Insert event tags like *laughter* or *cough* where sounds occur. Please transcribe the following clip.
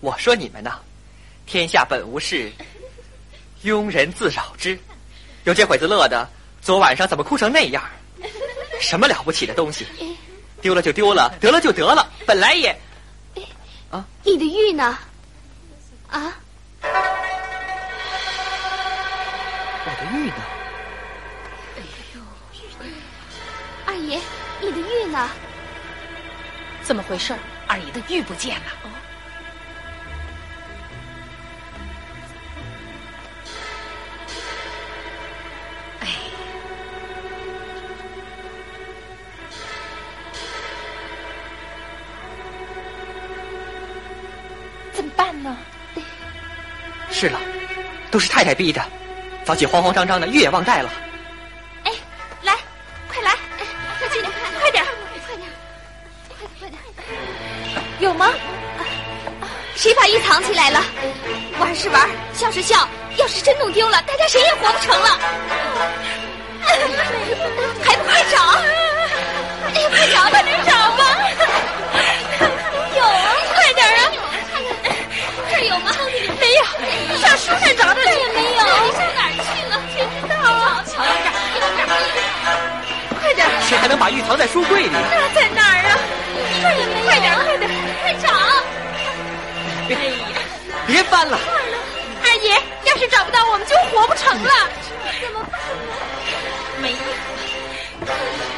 我说你们呐，天下本无事，庸人自扰之。有这会子乐的，昨晚上怎么哭成那样？什么了不起的东西？丢了就丢了，得了就得了，本来也……你的玉呢？啊，我的玉呢？二爷，你的玉呢？怎么回事儿？二姨的玉不见了。哦哎，怎么办呢？是了，都是太太逼的，早起慌慌张张的，玉也忘带了。哎，来，快来，哎快去，快点，快点，快点，快点，有吗？谁把玉藏起来了？玩是玩，笑是笑，要是真弄丢了，大家谁也活不成了。 *laughs* 还不快找？哎呀，快找，快点找吧！有啊，快点啊！这儿有吗？没有，上书上找找去。也没有，你上哪儿去了？谁知道啊？瞧这快点，谁还能把玉藏在书柜里？那在哪儿啊？这儿也没有。快点，快点，快找！啊别别翻了，二爷，要是找不到，我们就活不成了。怎么办？没有。